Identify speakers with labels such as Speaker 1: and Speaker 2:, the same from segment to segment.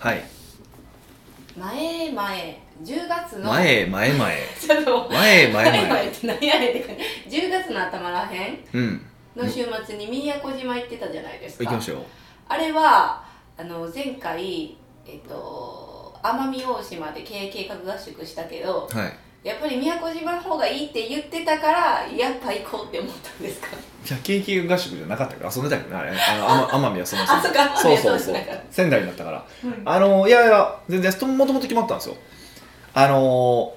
Speaker 1: 前
Speaker 2: はい
Speaker 1: 前前10月の
Speaker 2: 前前前
Speaker 1: ちょっと前
Speaker 2: 前前前
Speaker 1: 前って何やねんって感じ10月の頭らへん
Speaker 2: うん
Speaker 1: の週末に宮古島行ってたじゃないですか
Speaker 2: 行きましたよ
Speaker 1: あれはあの前回えっと奄美大島で経営計画合宿したけど
Speaker 2: はい
Speaker 1: やっぱり宮古島の方がいいって言ってたからやっぱ行こうって思ったんですか
Speaker 2: じゃあ景気合宿じゃなかったから遊んでたけどねあれあのあま奄美はそもそ
Speaker 1: あ
Speaker 2: も
Speaker 1: そっか
Speaker 2: そうそう
Speaker 1: そ
Speaker 2: そうう
Speaker 1: だから
Speaker 2: 仙台になったから
Speaker 1: うん
Speaker 2: あのいやいや全然ともともと決まったんですよあの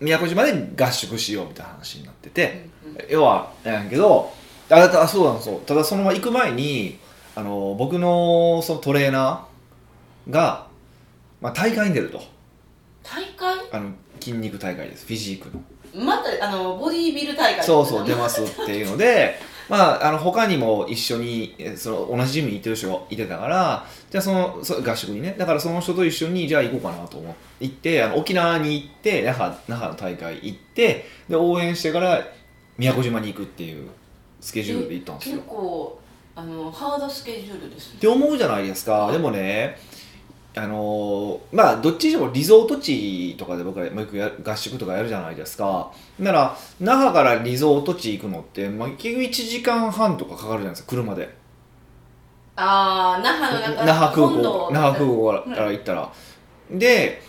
Speaker 2: 宮古島で合宿しようみたいな話になってて、
Speaker 1: うん
Speaker 2: 要はなんやけどあだあそうなんですよただそのまま行く前にあの僕のそのトレーナーが、まあ、大会に出ると
Speaker 1: 大会
Speaker 2: あの筋肉大会ですフィジークの
Speaker 1: またあのボディービル大会
Speaker 2: そうそう出
Speaker 1: でも
Speaker 2: ますっていうので まああの他にも一緒にえその同じジムに行ってる人がいてたからじゃあそのそ合宿にねだからその人と一緒にじゃあ行こうかなと思って行ってあの沖縄に行って那覇那覇の大会行ってで応援してから宮古島に行くっていうスケジュールで行ったんです
Speaker 1: 結
Speaker 2: よ
Speaker 1: 構あのハードスケジュールです
Speaker 2: っ
Speaker 1: ね
Speaker 2: て思うじゃないですかでもねあのーまあどっちにしてもリゾート地とかで僕らよくや合宿とかやるじゃないですかなら那覇からリゾート地行くのって、まあ、結局1時間半とかかかるじゃないですか車で
Speaker 1: ああ那覇の中
Speaker 2: 那覇空
Speaker 1: 本土
Speaker 2: 港那覇空港からから行ったら、で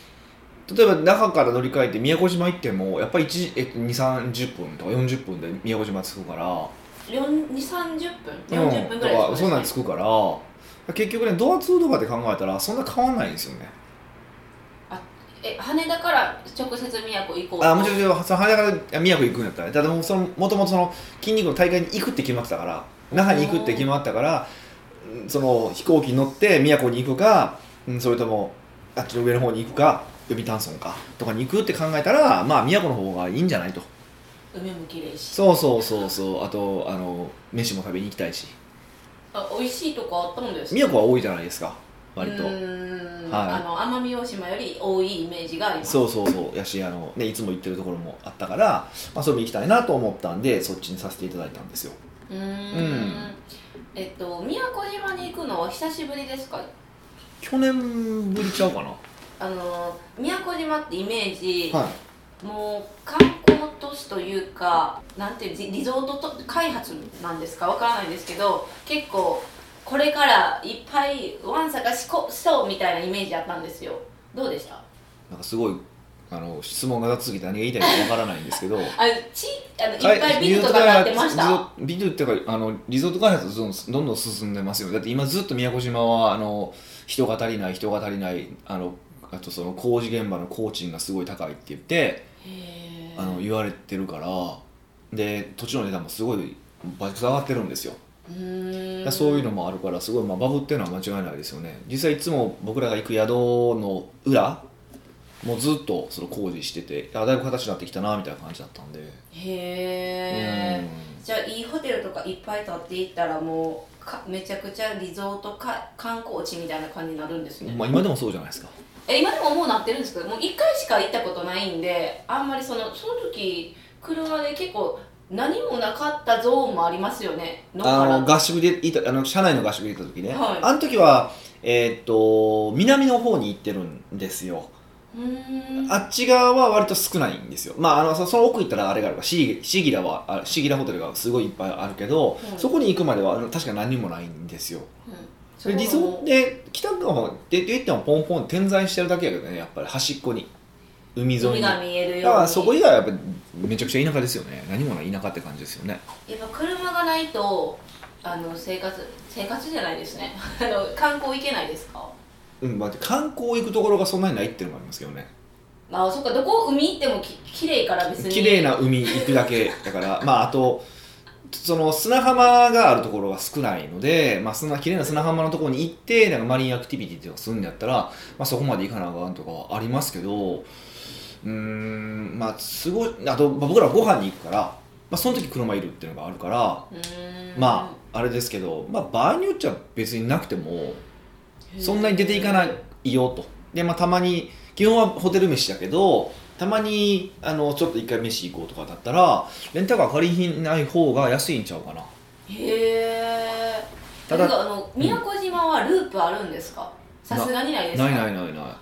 Speaker 2: 例えば那覇から乗り換えて宮古島行ってもやっぱり1えっと2 3 0分とか40分で宮古島着くから
Speaker 1: 4 2三3 0分
Speaker 2: うん
Speaker 1: 40分ぐらい
Speaker 2: とかそんなん着くから結局ねドア2とかで考えたらそんな変わんないんですよね
Speaker 1: え羽田から直接宮古行こう
Speaker 2: あもちろんもちろんその羽田から宮古行くんだったらねただもうそのもともとその筋肉の大会に行くって決まってたから那覇に行くって決まったからうんその飛行機に乗って宮古に行くかうんそれともあっちの上の方に行くか予備炭村かとかに行くって考えたらまあ宮古の方がいいんじゃないと
Speaker 1: 海も綺麗し
Speaker 2: そうそうそうそうあとあの飯も食べに行きたいし
Speaker 1: あ美味しいとこあったんです
Speaker 2: 宮古は多いじゃないですか割と
Speaker 1: うーん、
Speaker 2: はい
Speaker 1: あの奄美大島より多いイメージがあります
Speaker 2: そうそうそうやしあの、ね、いつも行ってるところもあったから、まあ、それも行きたいなと思ったんでそっちにさせていただいたんですよ
Speaker 1: うーん
Speaker 2: うん
Speaker 1: えっと宮古島に行くのは久しぶりですか
Speaker 2: 去年ぶりちゃうかな
Speaker 1: あの宮古島ってイメージ、
Speaker 2: はい
Speaker 1: もう観光都市というかなんていうリリゾートと開発なんですかわからないですけど結構これからいっぱいワンサがしこそうみたいなイメージあったんですよどうでした
Speaker 2: なんかすごいあの質問が雑すぎて何が言いたいかわからないんですけど
Speaker 1: あちあのいっぱいビルとか建ってまし
Speaker 2: リゾ
Speaker 1: た
Speaker 2: ートビルっていうかあのリゾート開発どんどんどん進んでますよだって今ずっと宮古島はあの人が足りない人が足りないあのあとその工事現場の工賃がすごい高いって言って
Speaker 1: へー
Speaker 2: あの言われてるからで土地の値段もすごい爆上がってるんですよ
Speaker 1: うーん
Speaker 2: そういうのもあるからすごいまあバブっていうのは間違いないですよね実際いつも僕らが行く宿の裏もうずっとその工事しててあだいぶ形になってきたなみたいな感じだったんで、
Speaker 1: へえ
Speaker 2: うん
Speaker 1: じゃあいいホテルとかいっぱい建っていったらもうかめちゃくちゃリゾートか観光地みたいな感じになるんですね
Speaker 2: まあ、今でもそうじゃないですか
Speaker 1: え今でももうなってるんですけどもう1回しか行ったことないんであんまりそのその時車で結構何もなかったゾーンもありますよね野
Speaker 2: あ
Speaker 1: 原
Speaker 2: の合宿でいたあの社内の合宿で行った時ね、
Speaker 1: はい
Speaker 2: あの時はえーっと南の方に行ってるんですよ
Speaker 1: うーん
Speaker 2: あっち側は割と少ないんですよまああのそその奥行ったらあれがあるからシーシギラはあシギラホテルがすごいいっぱいあるけど、
Speaker 1: はい
Speaker 2: そこに行くまではあの確か何もないんですよ
Speaker 1: うん
Speaker 2: それ理
Speaker 1: そう
Speaker 2: 想で北の方でって言ってもポンポン点在してるだけやけどねやっぱり端っこに海沿いに
Speaker 1: 海
Speaker 2: だ
Speaker 1: が
Speaker 2: か
Speaker 1: 見えるように
Speaker 2: らそこ以外はやっぱめちゃくちゃ田舎ですよね何もない田舎って感じですよね
Speaker 1: やっぱ車がないとあの生活生活じゃないですね あの観光行けないですか
Speaker 2: うんまあ観光行くところがそんなにないっていうのもありますけどね
Speaker 1: まあそっかどこ海行ってもき綺麗から別に
Speaker 2: 綺麗な海行くだけだから まああとその砂浜があるところが少ないので、まあ、砂綺麗な砂浜のところに行ってなんかマリンアクティビティとかするんやったら、まあ、そこまで行かなあかんとかはありますけどうーんまあすごいあと、まあ僕らはご飯に行くから、まあ、その時車いるっていうのがあるから
Speaker 1: うーん
Speaker 2: まああれですけど、まあ、場合によっちゃ別になくても
Speaker 1: へー
Speaker 2: そんなに出ていかないよとで、まあ、たまに基本はホテル飯だけどたまにあのちょっと一回飯行こうとかだったらレンタカー借りない方が安いんちゃうかな
Speaker 1: へえ
Speaker 2: た
Speaker 1: なん
Speaker 2: だ
Speaker 1: かあの宮古島はループあるんですかさすがにないですか
Speaker 2: ないないいないな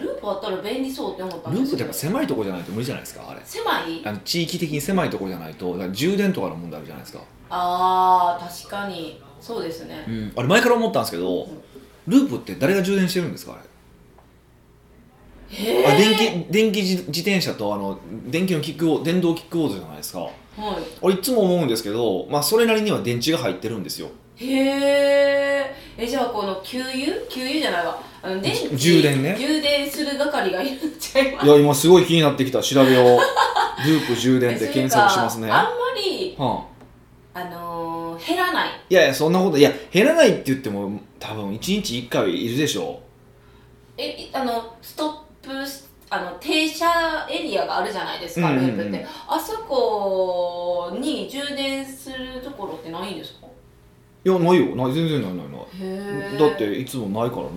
Speaker 1: ループあったら便利そうって思った
Speaker 2: い
Speaker 1: ん
Speaker 2: ル
Speaker 1: で
Speaker 2: ー
Speaker 1: すけ
Speaker 2: プって
Speaker 1: ど
Speaker 2: やっぱ狭いとこじゃないと無理じゃないですかあれ
Speaker 1: 狭い
Speaker 2: あの地域的に狭いとこじゃないとだから充電とかの問題あるじゃないですか、
Speaker 1: あー確かにそうですね
Speaker 2: うん、あれ前から思ったんですけどループって誰が充電してるんですかあれ
Speaker 1: へえ
Speaker 2: あ電気電気自自転車とあの電気のキックボー電動キックボードじゃないですか
Speaker 1: は
Speaker 2: 俺いつも思うんですけど、まあ、それなりには電池が入ってるんですよ
Speaker 1: いへーえじゃあこの給油給油じゃないわあの電気
Speaker 2: 充電ね
Speaker 1: 充電する係がいるんちゃいます
Speaker 2: いや今すごい気になってきた調べようループ充電って検索しますね
Speaker 1: というかあんま
Speaker 2: は
Speaker 1: り
Speaker 2: あ
Speaker 1: あのー減らない
Speaker 2: いやいやそんなこといや減らないって言っても多分1日1回はいるでしょ
Speaker 1: えいあのストップしあの停車エリアがあるじゃないですか、
Speaker 2: うんうんうん
Speaker 1: ループってあそこに充電するところってないんですか
Speaker 2: いやないよない全然ないないない
Speaker 1: へー
Speaker 2: だっていつもないからね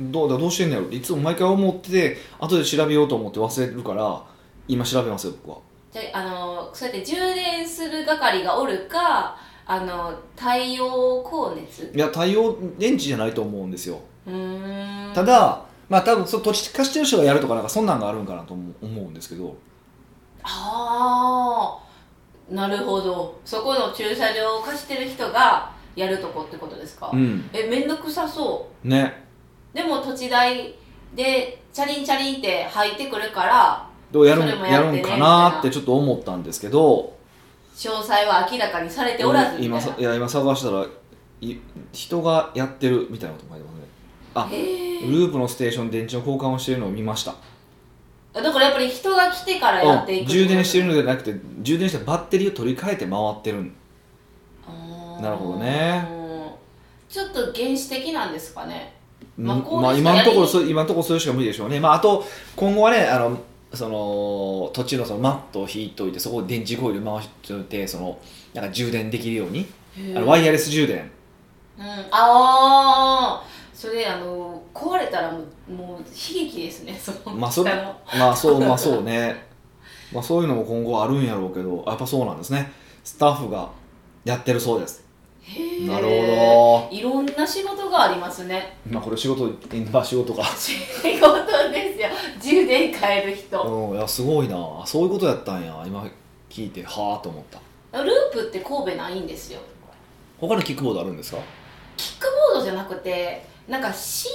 Speaker 2: どうだどうしてんのやろっていつも毎回思ってて後で調べようと思って忘れるから今調べますよ僕は
Speaker 1: じゃああのそうやって充電する係がおるかあの太陽光熱
Speaker 2: いや太陽電池じゃないと思うんですよ
Speaker 1: うーん
Speaker 2: ただまあ多分そう土地化してる人がやるとかなんかそんなんがあるんかなと思う思うんですけど
Speaker 1: ああなるほどそこの駐車場を貸してる人がやるとこってことですか、
Speaker 2: うん
Speaker 1: えめんどくさそ
Speaker 2: ね
Speaker 1: うでも土地代でチャリンチャリンって入ってくるから
Speaker 2: どうやるん
Speaker 1: それも
Speaker 2: や
Speaker 1: や
Speaker 2: る
Speaker 1: ってね
Speaker 2: んかなってちょっと思ったんですけど
Speaker 1: 詳細は明らかにされておらずみたいな
Speaker 2: 今さいや今探したらい人がやってるみたいなことも書いてますねあ
Speaker 1: へー
Speaker 2: ループのステーション電池の交換をしているのを見ました
Speaker 1: だからやっぱり人が来てからやっていく
Speaker 2: うん充電してる
Speaker 1: る
Speaker 2: のではなくて充電したバッテリーを取り替えて回ってるんなるほどね
Speaker 1: ちょっと原始的なんですかねまあ
Speaker 2: うん
Speaker 1: こう
Speaker 2: まあ、
Speaker 1: ですか
Speaker 2: 今のところ
Speaker 1: やり
Speaker 2: そう今のところそういうしか無理でしょうね、まあ、あと今後はねあのその土地のそのマットを引いといてそこを電池コイル回しておいてそのなんか充電できるようにあのワイヤレス充電
Speaker 1: うん、ああそれあの壊れたらもうもう悲劇ですね その
Speaker 2: まあそれ
Speaker 1: 下の
Speaker 2: まあそうまあそうね、まあ、そういうのも今後あるんやろうけどやっぱそうなんですねスタッフがやってるそうです
Speaker 1: へー
Speaker 2: なるほ
Speaker 1: いろんな仕事がありますね
Speaker 2: まあこれ仕事まあ仕事か
Speaker 1: 仕事ですよ充電変える人
Speaker 2: うんいやすごいなそういうことやったんや今聞いてはあと思った
Speaker 1: ループって神戸ないんですよ
Speaker 2: 他のキックボードあるんですか
Speaker 1: キックボードじゃなくてなんか C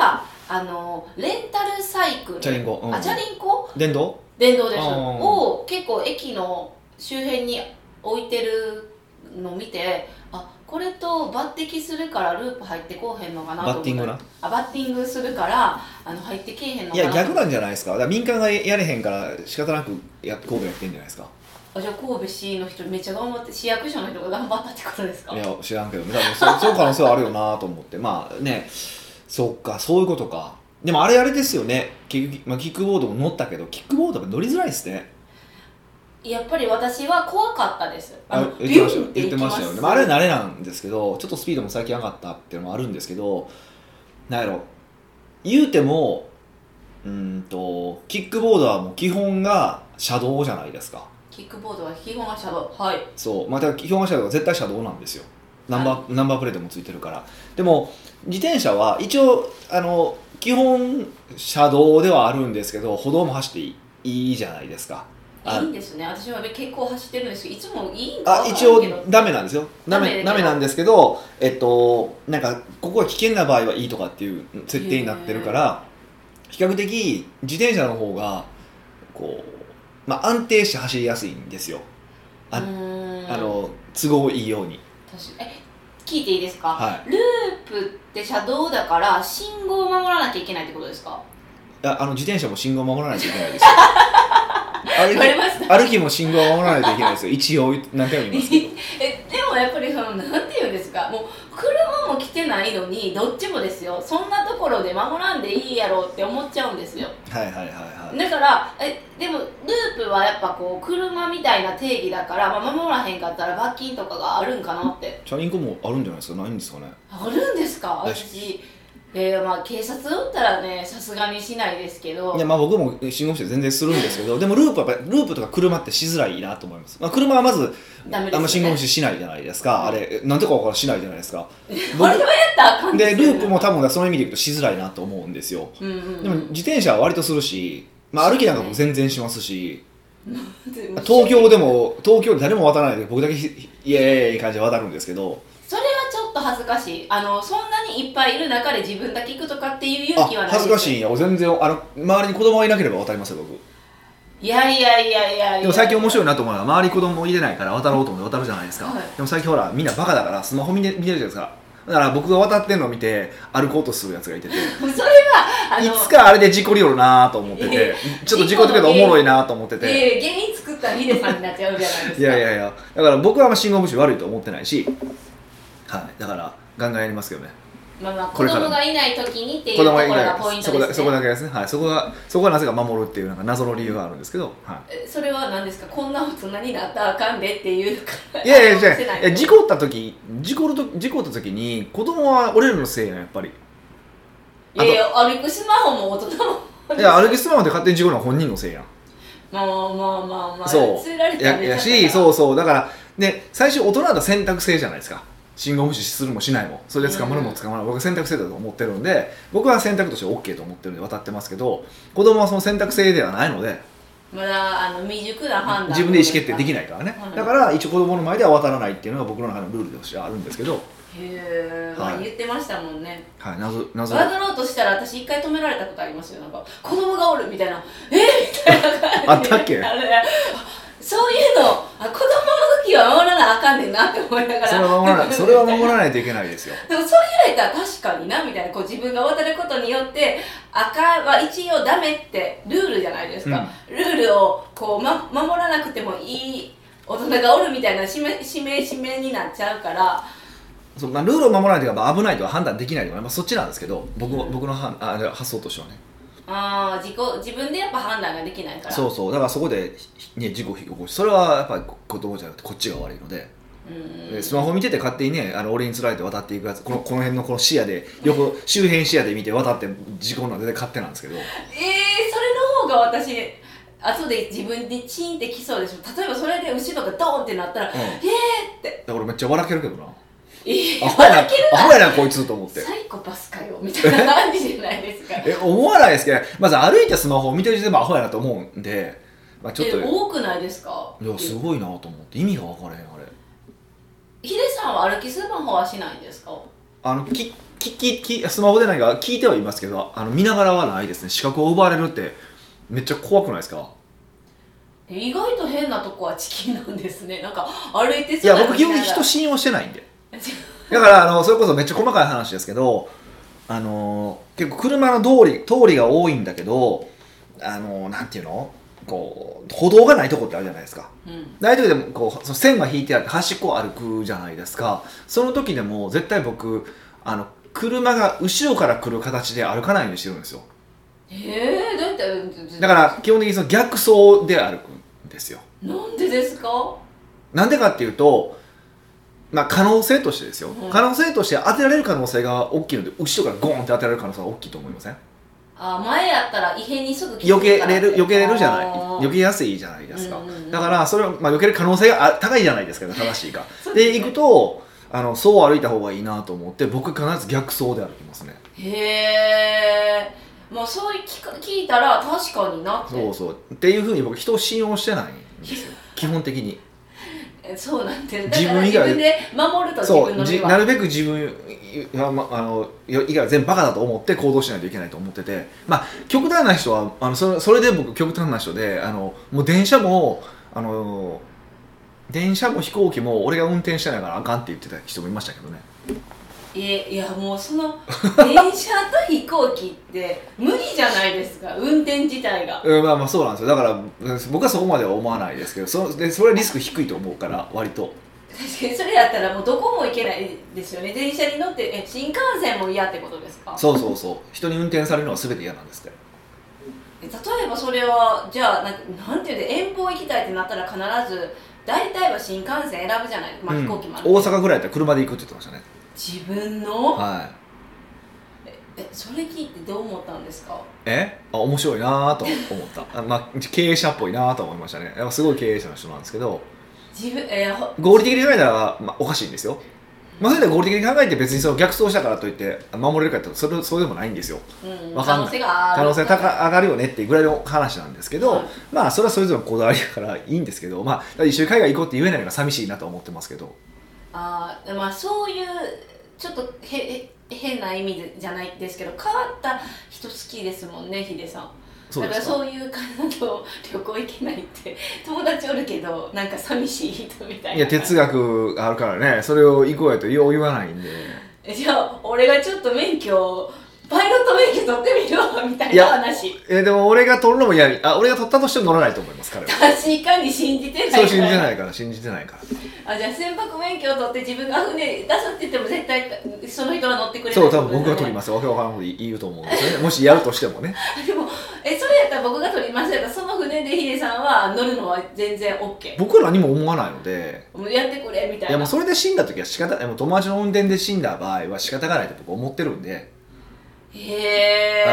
Speaker 1: があのレンタルサイクル
Speaker 2: チャリンコ、うん
Speaker 1: あチャリンコ
Speaker 2: 電動
Speaker 1: 電動です
Speaker 2: あー
Speaker 1: を結構駅の周辺に置いてるのを見てあこれと抜擢するからループ入ってこうへんのかなと思
Speaker 2: バ
Speaker 1: って
Speaker 2: ッティングな
Speaker 1: あバッティングするからあの入ってけえへんの
Speaker 2: い
Speaker 1: かな
Speaker 2: や逆なんんじゃないですかだから民間がやれへんから仕方なくや神戸やってんじゃないですか
Speaker 1: あじゃあ神戸市の人めっちゃ頑張って市役所の人が頑張ったってことですか
Speaker 2: いや知らんけどね多分そうそう いう可能性はあるよなと思ってまあねそっかそういうことかでもあれあれですよね結局、まあ、キックボードも乗ったけどキックボードが乗りづらいですね
Speaker 1: やっぱり私は怖かったです
Speaker 2: あ
Speaker 1: の
Speaker 2: 言ってましたよ
Speaker 1: ビュン
Speaker 2: 言
Speaker 1: 行
Speaker 2: って
Speaker 1: き
Speaker 2: ましたよね、まあ、あれは慣れなんですけどちょっとスピードも最近上がったっていうのもあるんですけどなんやろ言うてもうーんとキックボードはもう基本が車道じゃないですか
Speaker 1: キックボードは基本は車道はい
Speaker 2: そうまあだから基本は車道は絶対車道なんですよナンバーナンバープレートもついてるからでも自転車は一応あの基本車道ではあるんですけど歩道も走っていいいいじゃないですかあ
Speaker 1: いいんですね私は結構走ってるんですけどいつもいいんか
Speaker 2: あ
Speaker 1: 分
Speaker 2: 一
Speaker 1: からん
Speaker 2: 応
Speaker 1: けど
Speaker 2: ダメなんですよダメ
Speaker 1: ダ
Speaker 2: ダ
Speaker 1: メ
Speaker 2: メなんですけどえっとなんかここが危険な場合はいいとかっていう設定になってるから比較的自転車の方がこう、まあ、安定して走りやすいんですよ、あ
Speaker 1: うーん
Speaker 2: あの都合いいように
Speaker 1: 確かえ聞いていいですか、
Speaker 2: はい
Speaker 1: ループって車道だから信号を守らなきゃいけないってことですか
Speaker 2: ああの自転車も信号を守らないといけない ですよ
Speaker 1: わかり
Speaker 2: 歩
Speaker 1: ました
Speaker 2: き歩きも信号を守らないといけないですよ一応何回も言いますけど
Speaker 1: えでもやっぱりそのなんて言うんですかもう車も来てないのにどっちもですよそんなところで守らんでいいやろうって思っちゃうんですよ
Speaker 2: はいはいはいはい
Speaker 1: だからえでもループはやっぱこう車みたいな定義だから、まあ、守らへんかったら罰金とかがあるんかなって
Speaker 2: チャリンコもあるんじゃないですかないんですかね
Speaker 1: あるんですか
Speaker 2: よし
Speaker 1: 私いやいやまあ警察だったらねさすがにしないですけど
Speaker 2: いやまあ僕も信号無視は全然するんですけどでもループはやっぱループとか車ってしづらいなと思います、まあ、車はまず
Speaker 1: ダメですよね
Speaker 2: あんま信号無視しないじゃないですかあれなんてかわからんしないじゃないです か
Speaker 1: これはやったらあかん
Speaker 2: で
Speaker 1: です
Speaker 2: ル
Speaker 1: よ
Speaker 2: ープも多分その意味でいくとしづらいなと思うんですよ
Speaker 1: うんうん
Speaker 2: でも自転車は割とするし、まあ、歩きなんかも全然しますし
Speaker 1: でも
Speaker 2: 東京でも東京で誰も渡らないで僕だけひイエーイ感じで渡るんですけど
Speaker 1: それはちょっと恥ずかしいあのそんなにいっぱいいる中で自分だけ行くとかっていう
Speaker 2: あ
Speaker 1: 勇気はない
Speaker 2: 恥ずかしいん
Speaker 1: い
Speaker 2: や俺全然あの周りに子供がいなければ渡りますよ僕
Speaker 1: いやいやいやいやいや
Speaker 2: でも最近面白い
Speaker 1: い
Speaker 2: なと思うのは周り子供も入れないから渡ろうと思って渡るじゃないですか、
Speaker 1: はい
Speaker 2: でも最近ほらみんなバカだからスマホ見て見てるじゃないですかだから僕が渡ってんのを見て歩こうとするやつがいててい
Speaker 1: それはあの
Speaker 2: つかあれで事故りよるなと思って
Speaker 1: いや
Speaker 2: てちょっと事故ってけどおもろいなと思って
Speaker 1: いや
Speaker 2: て
Speaker 1: いや原因作ったらヒデさんになっちゃうじゃないですか
Speaker 2: いやいやいやだから僕はあんま信号無視悪いと思ってないし、はい、だからガンガンやりますけどね
Speaker 1: まあまあ
Speaker 2: こ
Speaker 1: 子
Speaker 2: れから
Speaker 1: 供がいない時にっていう
Speaker 2: 子
Speaker 1: と
Speaker 2: 供
Speaker 1: こ
Speaker 2: が
Speaker 1: ろ
Speaker 2: いな
Speaker 1: が
Speaker 2: い
Speaker 1: ポイン
Speaker 2: そ
Speaker 1: ト
Speaker 2: こ
Speaker 1: で
Speaker 2: だ
Speaker 1: す
Speaker 2: そこ
Speaker 1: ね
Speaker 2: だけですね、はい、そこがそこはなぜか守るっていうなんか謎の理由があるんですけど、はい
Speaker 1: えそれは何ですかこんな大人になったらあかんでっていうから
Speaker 2: いやいや
Speaker 1: あのしてな
Speaker 2: 違ういや事故った時事故ると事故った時に子供は俺らのせいやんやっぱり
Speaker 1: いやいや歩くスマホも大人も
Speaker 2: いや歩きスマホで勝手に事故るのは本人のせいやん
Speaker 1: まあまあまあまあまあ
Speaker 2: そう
Speaker 1: 連れられた
Speaker 2: や
Speaker 1: ら
Speaker 2: やしそううそうだからね最初大人だ選択制じゃないですか信号無視するもしないもそれで捕まるも捕まらない、僕は選択制だと思ってるんで僕は選択として OK と思ってるんで渡ってますけど子供はその選択制ではないので
Speaker 1: まだあの未熟な判断
Speaker 2: 自分で意思決定でき
Speaker 1: ない
Speaker 2: ないからね、
Speaker 1: うん
Speaker 2: だから一応子供の前では渡らないっていうのが僕の中のルールとしてはあるんですけど、
Speaker 1: へえ、まあ、
Speaker 2: はい
Speaker 1: 言ってましたもんね
Speaker 2: はい、謎謎
Speaker 1: バズろうとしたら私一回止められたことありますよなんか子供がおるみたいなえー、みたいな感じで
Speaker 2: あったっけ
Speaker 1: あれそういうのあ子供の時は守らなあかんねんなって思いながら
Speaker 2: それは守らないそれは守らないといけないですよ
Speaker 1: でもそう言われたら確かになみたいなこう自分が渡ることによって赤は一応ダメってルールじゃないですか、ルールをこう、ま、守らなくてもいい大人がおるみたいなしめしめしめになっちゃうから
Speaker 2: そうまあ、ルールを守らないというか、まあ、危ないとは判断できないとか、まあ、そっちなんですけど僕は僕のはあ発想としてはね
Speaker 1: あー自己自分でやっぱ判断ができないから
Speaker 2: そうそうだからそこで、ね、事故を引き起こしそれはやっぱり子供じゃなくてこっちが悪いので、
Speaker 1: うん
Speaker 2: でスマホ見てて勝手にねあの俺につられて渡っていくやつこのこの辺のこの視野で横周辺視野で見て渡って事故るのは全然勝手なんですけど
Speaker 1: えー、それの方が私後で自分でチンってきそうでしょ例えばそれで後ろがドーンってなったら、
Speaker 2: うん
Speaker 1: えーって
Speaker 2: だから俺めっちゃ笑けるけどな
Speaker 1: えー
Speaker 2: アホやな
Speaker 1: 笑ける
Speaker 2: アホやなこいつと思って
Speaker 1: サイコパスかよみたいな感じじゃないですか
Speaker 2: え思わないですけどまず歩いてスマホを見てる時点でもアホやなと思うんで、まあ、ちょっと
Speaker 1: え多くないですか
Speaker 2: いやすごいなと思って意味が分からへんあれ
Speaker 1: ヒデさんは歩きスマホはしないんですか
Speaker 2: あのききききスマホでなんか聞いてはいますけどあの見ながらはないですね視覚を奪われるってめっちゃ怖くないですか
Speaker 1: 意外と変なとこはチキンなんですねなん か歩いて
Speaker 2: い
Speaker 1: そう
Speaker 2: や
Speaker 1: な
Speaker 2: 僕基本
Speaker 1: 見ながら
Speaker 2: 人信用してないんでだからあのそれこそめっちゃ細かい話ですけどあの結構車の通り通りが多いんだけどあのなんていうのこう歩道がないとこってあるじゃないですか
Speaker 1: うん
Speaker 2: ない時でもこうその線が引いてあって端っこを歩くじゃないですかその時でも絶対僕あの車が後ろから来る形で歩かないようにしてるんですよ
Speaker 1: えー、どうやって
Speaker 2: だから基本的にその逆走で歩くんですよ
Speaker 1: なんでですか
Speaker 2: なんでかっていうとまあ可能性としてですよ、
Speaker 1: うん
Speaker 2: 可能性として当てられる可能性が大きいので後ろからゴーンって当てられる可能性は大きいと思いません
Speaker 1: あ前やったら異変にすぐ気づ
Speaker 2: 避
Speaker 1: く
Speaker 2: け
Speaker 1: から
Speaker 2: れる避けれるじゃない
Speaker 1: あー
Speaker 2: 避けやすいじゃないですか、
Speaker 1: うんうんうん
Speaker 2: だからそれは、まあ、避ける可能性があ高いじゃないですか正しいか
Speaker 1: そうですね
Speaker 2: で行くとあのそう歩いた方がいいなと思って僕必ず逆走で歩きますね
Speaker 1: へえもうそういう聞か聞いたら確かになって
Speaker 2: そうそうっていうふうに僕人を信用してない んですよ基本的に
Speaker 1: えそうなんですだ
Speaker 2: 自
Speaker 1: から
Speaker 2: 分以
Speaker 1: 自
Speaker 2: 外
Speaker 1: 分で守ると自
Speaker 2: そう
Speaker 1: 分の
Speaker 2: じ
Speaker 1: 身は
Speaker 2: なるべく自分は、ま、あのよ以外は全部バカだと思って行動しないといけないと思っててまあ極端な人はあのそれそれで僕極端な人であのもう電車もあの電車も飛行機も俺が運転してないからあかんって言ってた人もいましたけどね
Speaker 1: えいやもうその 電車と飛行機って無理じゃないですか運転自体が
Speaker 2: うんまあまあそうなんですよだからうん僕はそこまでは思わないですけどそでそれはリスク低いと思うから割と
Speaker 1: 確かにそれやったらもうどこも行けないですよね電車に乗ってえ新幹線も嫌ってことですか
Speaker 2: そうそうそう人に運転されるのは全て嫌なんですって
Speaker 1: え例えばそれはじゃあなんなんていうんで遠方行きたいってなったら必ず大体は新幹線選ぶじゃない、まあ、
Speaker 2: うん
Speaker 1: 飛行機もある、
Speaker 2: 大阪ぐらいだったら車で行くって言ってましたね
Speaker 1: 自分の
Speaker 2: はい
Speaker 1: えそれ聞いてどう思ったんですか
Speaker 2: えあ面白いなと思った あ、まあ、経営者っぽいなと思いましたねやっぱすごい経営者の人なんですけど
Speaker 1: 自分えーほ
Speaker 2: 合理的に考えたら、まあ、おかしいんですよ、まあ、それで合理的に考えて別にその逆走したからといって守れるかってそれそうでもないんですよ
Speaker 1: うん、
Speaker 2: わか
Speaker 1: 可
Speaker 2: んない
Speaker 1: 能性がある
Speaker 2: 可能性高
Speaker 1: い
Speaker 2: 上がるよねっていうぐらいの話なんですけど、
Speaker 1: はい
Speaker 2: まあそれはそれぞれのこだわりだからいいんですけど、まあ、だから一緒に海外行こうって言えないのが寂しいなと思ってますけど
Speaker 1: あーまあそういうちょっとへへ変な意味じゃないですけど変わった人好きですもんねヒデさん
Speaker 2: そう
Speaker 1: だ
Speaker 2: で
Speaker 1: から
Speaker 2: すか
Speaker 1: そういう方と 旅行行けないって友達おるけどなんか寂しい人みたいない
Speaker 2: や哲学があるからねそれを行こうやとよう言わないんで
Speaker 1: じゃあ俺がちょっと免許をパイロット免許取ってみるわみたい
Speaker 2: い
Speaker 1: な
Speaker 2: や
Speaker 1: 話
Speaker 2: えでも俺が取るのも嫌あ俺が取ったとしても乗らないと思います彼は
Speaker 1: 確かに信じてないから
Speaker 2: そう信じてないから信じてないから
Speaker 1: あじゃあ船舶免許を取って自分が船出すって言っても絶対その人は乗ってくれない
Speaker 2: そう多分僕が取りますすわけわからんこと言うと思うんですよねもしやるとしてもね
Speaker 1: でもえそれやったら僕が取りますやったらその船でヒデさんは乗るのは全然 OK
Speaker 2: 僕は何も思わないので
Speaker 1: もうやってくれみたいない
Speaker 2: やもうそれで死んだ時は仕方ないもう友達の運転で死んだ場合は仕方がないと僕思ってるんで、
Speaker 1: へ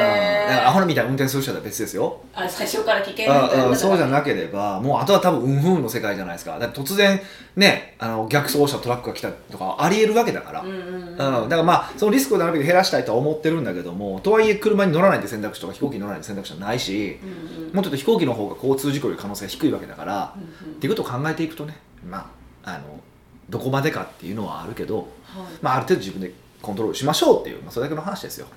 Speaker 2: うんだから
Speaker 1: え
Speaker 2: アホみたいな運転する人は別ですよ、
Speaker 1: あ最初から危険
Speaker 2: あ
Speaker 1: だ
Speaker 2: あそうじゃ
Speaker 1: ない
Speaker 2: なければもうあとは多分運不運の世界じゃないですかだって突然ねあの逆走車トラックが来たとかありえるわけだから、
Speaker 1: う
Speaker 2: うんん
Speaker 1: うんうん
Speaker 2: だからまあそのリスクをなるべく減らしたいとは思ってるんだけどもとはいえ車に乗らないって選択肢とか飛行機に乗らないって選択肢はないし
Speaker 1: うんうん
Speaker 2: もうちょっと飛行機の方が交通事故より可能性が低いわけだから、
Speaker 1: うんうん
Speaker 2: っていうことを考えていくとねまああのどこまでかっていうのはあるけど、
Speaker 1: はい
Speaker 2: まあ、ある程度自分でコントロールしましょうっていう、まあ、それだけの話ですよ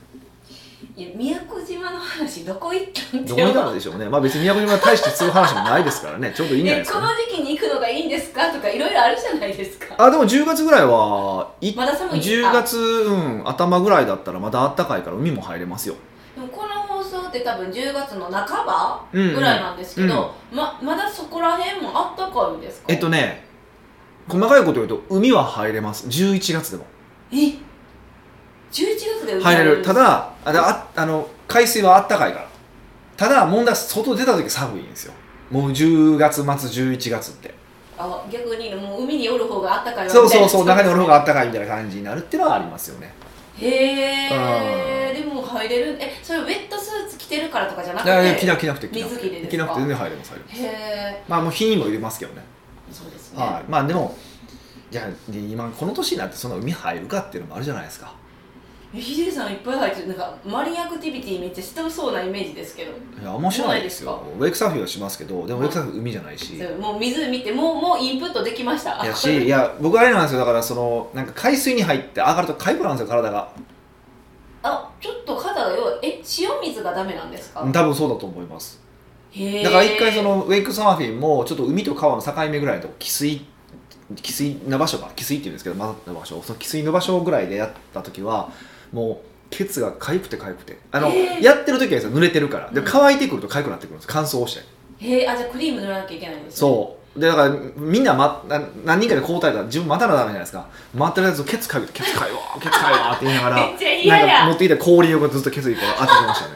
Speaker 1: いや宮古島の話どこ行ったんって
Speaker 2: どこにいたんでしょうねまあ別に宮古島は大してする話もないですからねちょうどいいんじゃない
Speaker 1: え
Speaker 2: です
Speaker 1: こ
Speaker 2: か、
Speaker 1: の
Speaker 2: ね、
Speaker 1: 時期に行くのがいいんですかとかいろいろあるじゃないですか
Speaker 2: あでも10月ぐらいはい
Speaker 1: まだ寒い
Speaker 2: 10月、うん、頭ぐらいだったらまだあったかいから海も入れますよ
Speaker 1: でもこの放送って多分10月の半ば
Speaker 2: うんうん
Speaker 1: ぐらいなんですけど、ままだそこら辺もあったかいんですか
Speaker 2: えっとね細かいこと言うと海は入れます11月でも
Speaker 1: え11月で
Speaker 2: 入れるた
Speaker 1: だ
Speaker 2: だあだああの海水はあったかいからただ問題は外出た時寒いんですよもう10月末11月って
Speaker 1: あ逆にもう海におる方があったかいわ
Speaker 2: そうそうそう
Speaker 1: みたい
Speaker 2: 中に
Speaker 1: な
Speaker 2: おる方があったかいみたいな感じになるっていうのはありますよね
Speaker 1: へえでも入れるえそれウェットスーツ着てるからとかじゃなく
Speaker 2: いやいや着
Speaker 1: て
Speaker 2: なく着なくて着なく
Speaker 1: 水着でです
Speaker 2: て
Speaker 1: か
Speaker 2: 着なくて全然入れます入れます
Speaker 1: へえ
Speaker 2: まあもう日にも入れますけどね
Speaker 1: そうですね、
Speaker 2: はいまあでもいや今この年になってそんな海入るかっていうのもあるじゃないですか
Speaker 1: えヒデさんいっぱい入ってるなんかマリンアクティビティめっちゃしてそうなイメージですけど
Speaker 2: いや面白いですよ
Speaker 1: そう
Speaker 2: ウェイクサーフィンはしますけどでもウェイクサーフィン海じゃないし
Speaker 1: そうもう水見てもうもうインプットできました
Speaker 2: やしいや僕あれなんですよだからそのなんか海水に入って上がるとかゆくなるんですよ体が
Speaker 1: あちょっと肌が弱いえ塩水がダメなんですか、
Speaker 2: うん多分そうだと思います
Speaker 1: へえ
Speaker 2: だから一回そのウェイクサーフィンもちょっと海と川の境目ぐらいのとこ汽水汽水な場所か汽水っていうんですけどまだの場所その汽水の場所ぐらいでやった時はもうケツがかゆくてかゆくてあの、
Speaker 1: えー
Speaker 2: やってる時はですよ濡れてるからで
Speaker 1: うん
Speaker 2: 乾いてくるとかゆくなってくるんです乾燥して
Speaker 1: へえあじゃあクリーム塗らなきゃいけないんですね
Speaker 2: そうでだからみんな、ま、な何人かで交代だから自分待たなダメじゃないですか待ってるやつとケツかゆくてケツかゆわケツかゆわって言いながら
Speaker 1: めっちゃ嫌や
Speaker 2: なんか持ってきた氷をずっとケツにこう当ててま したね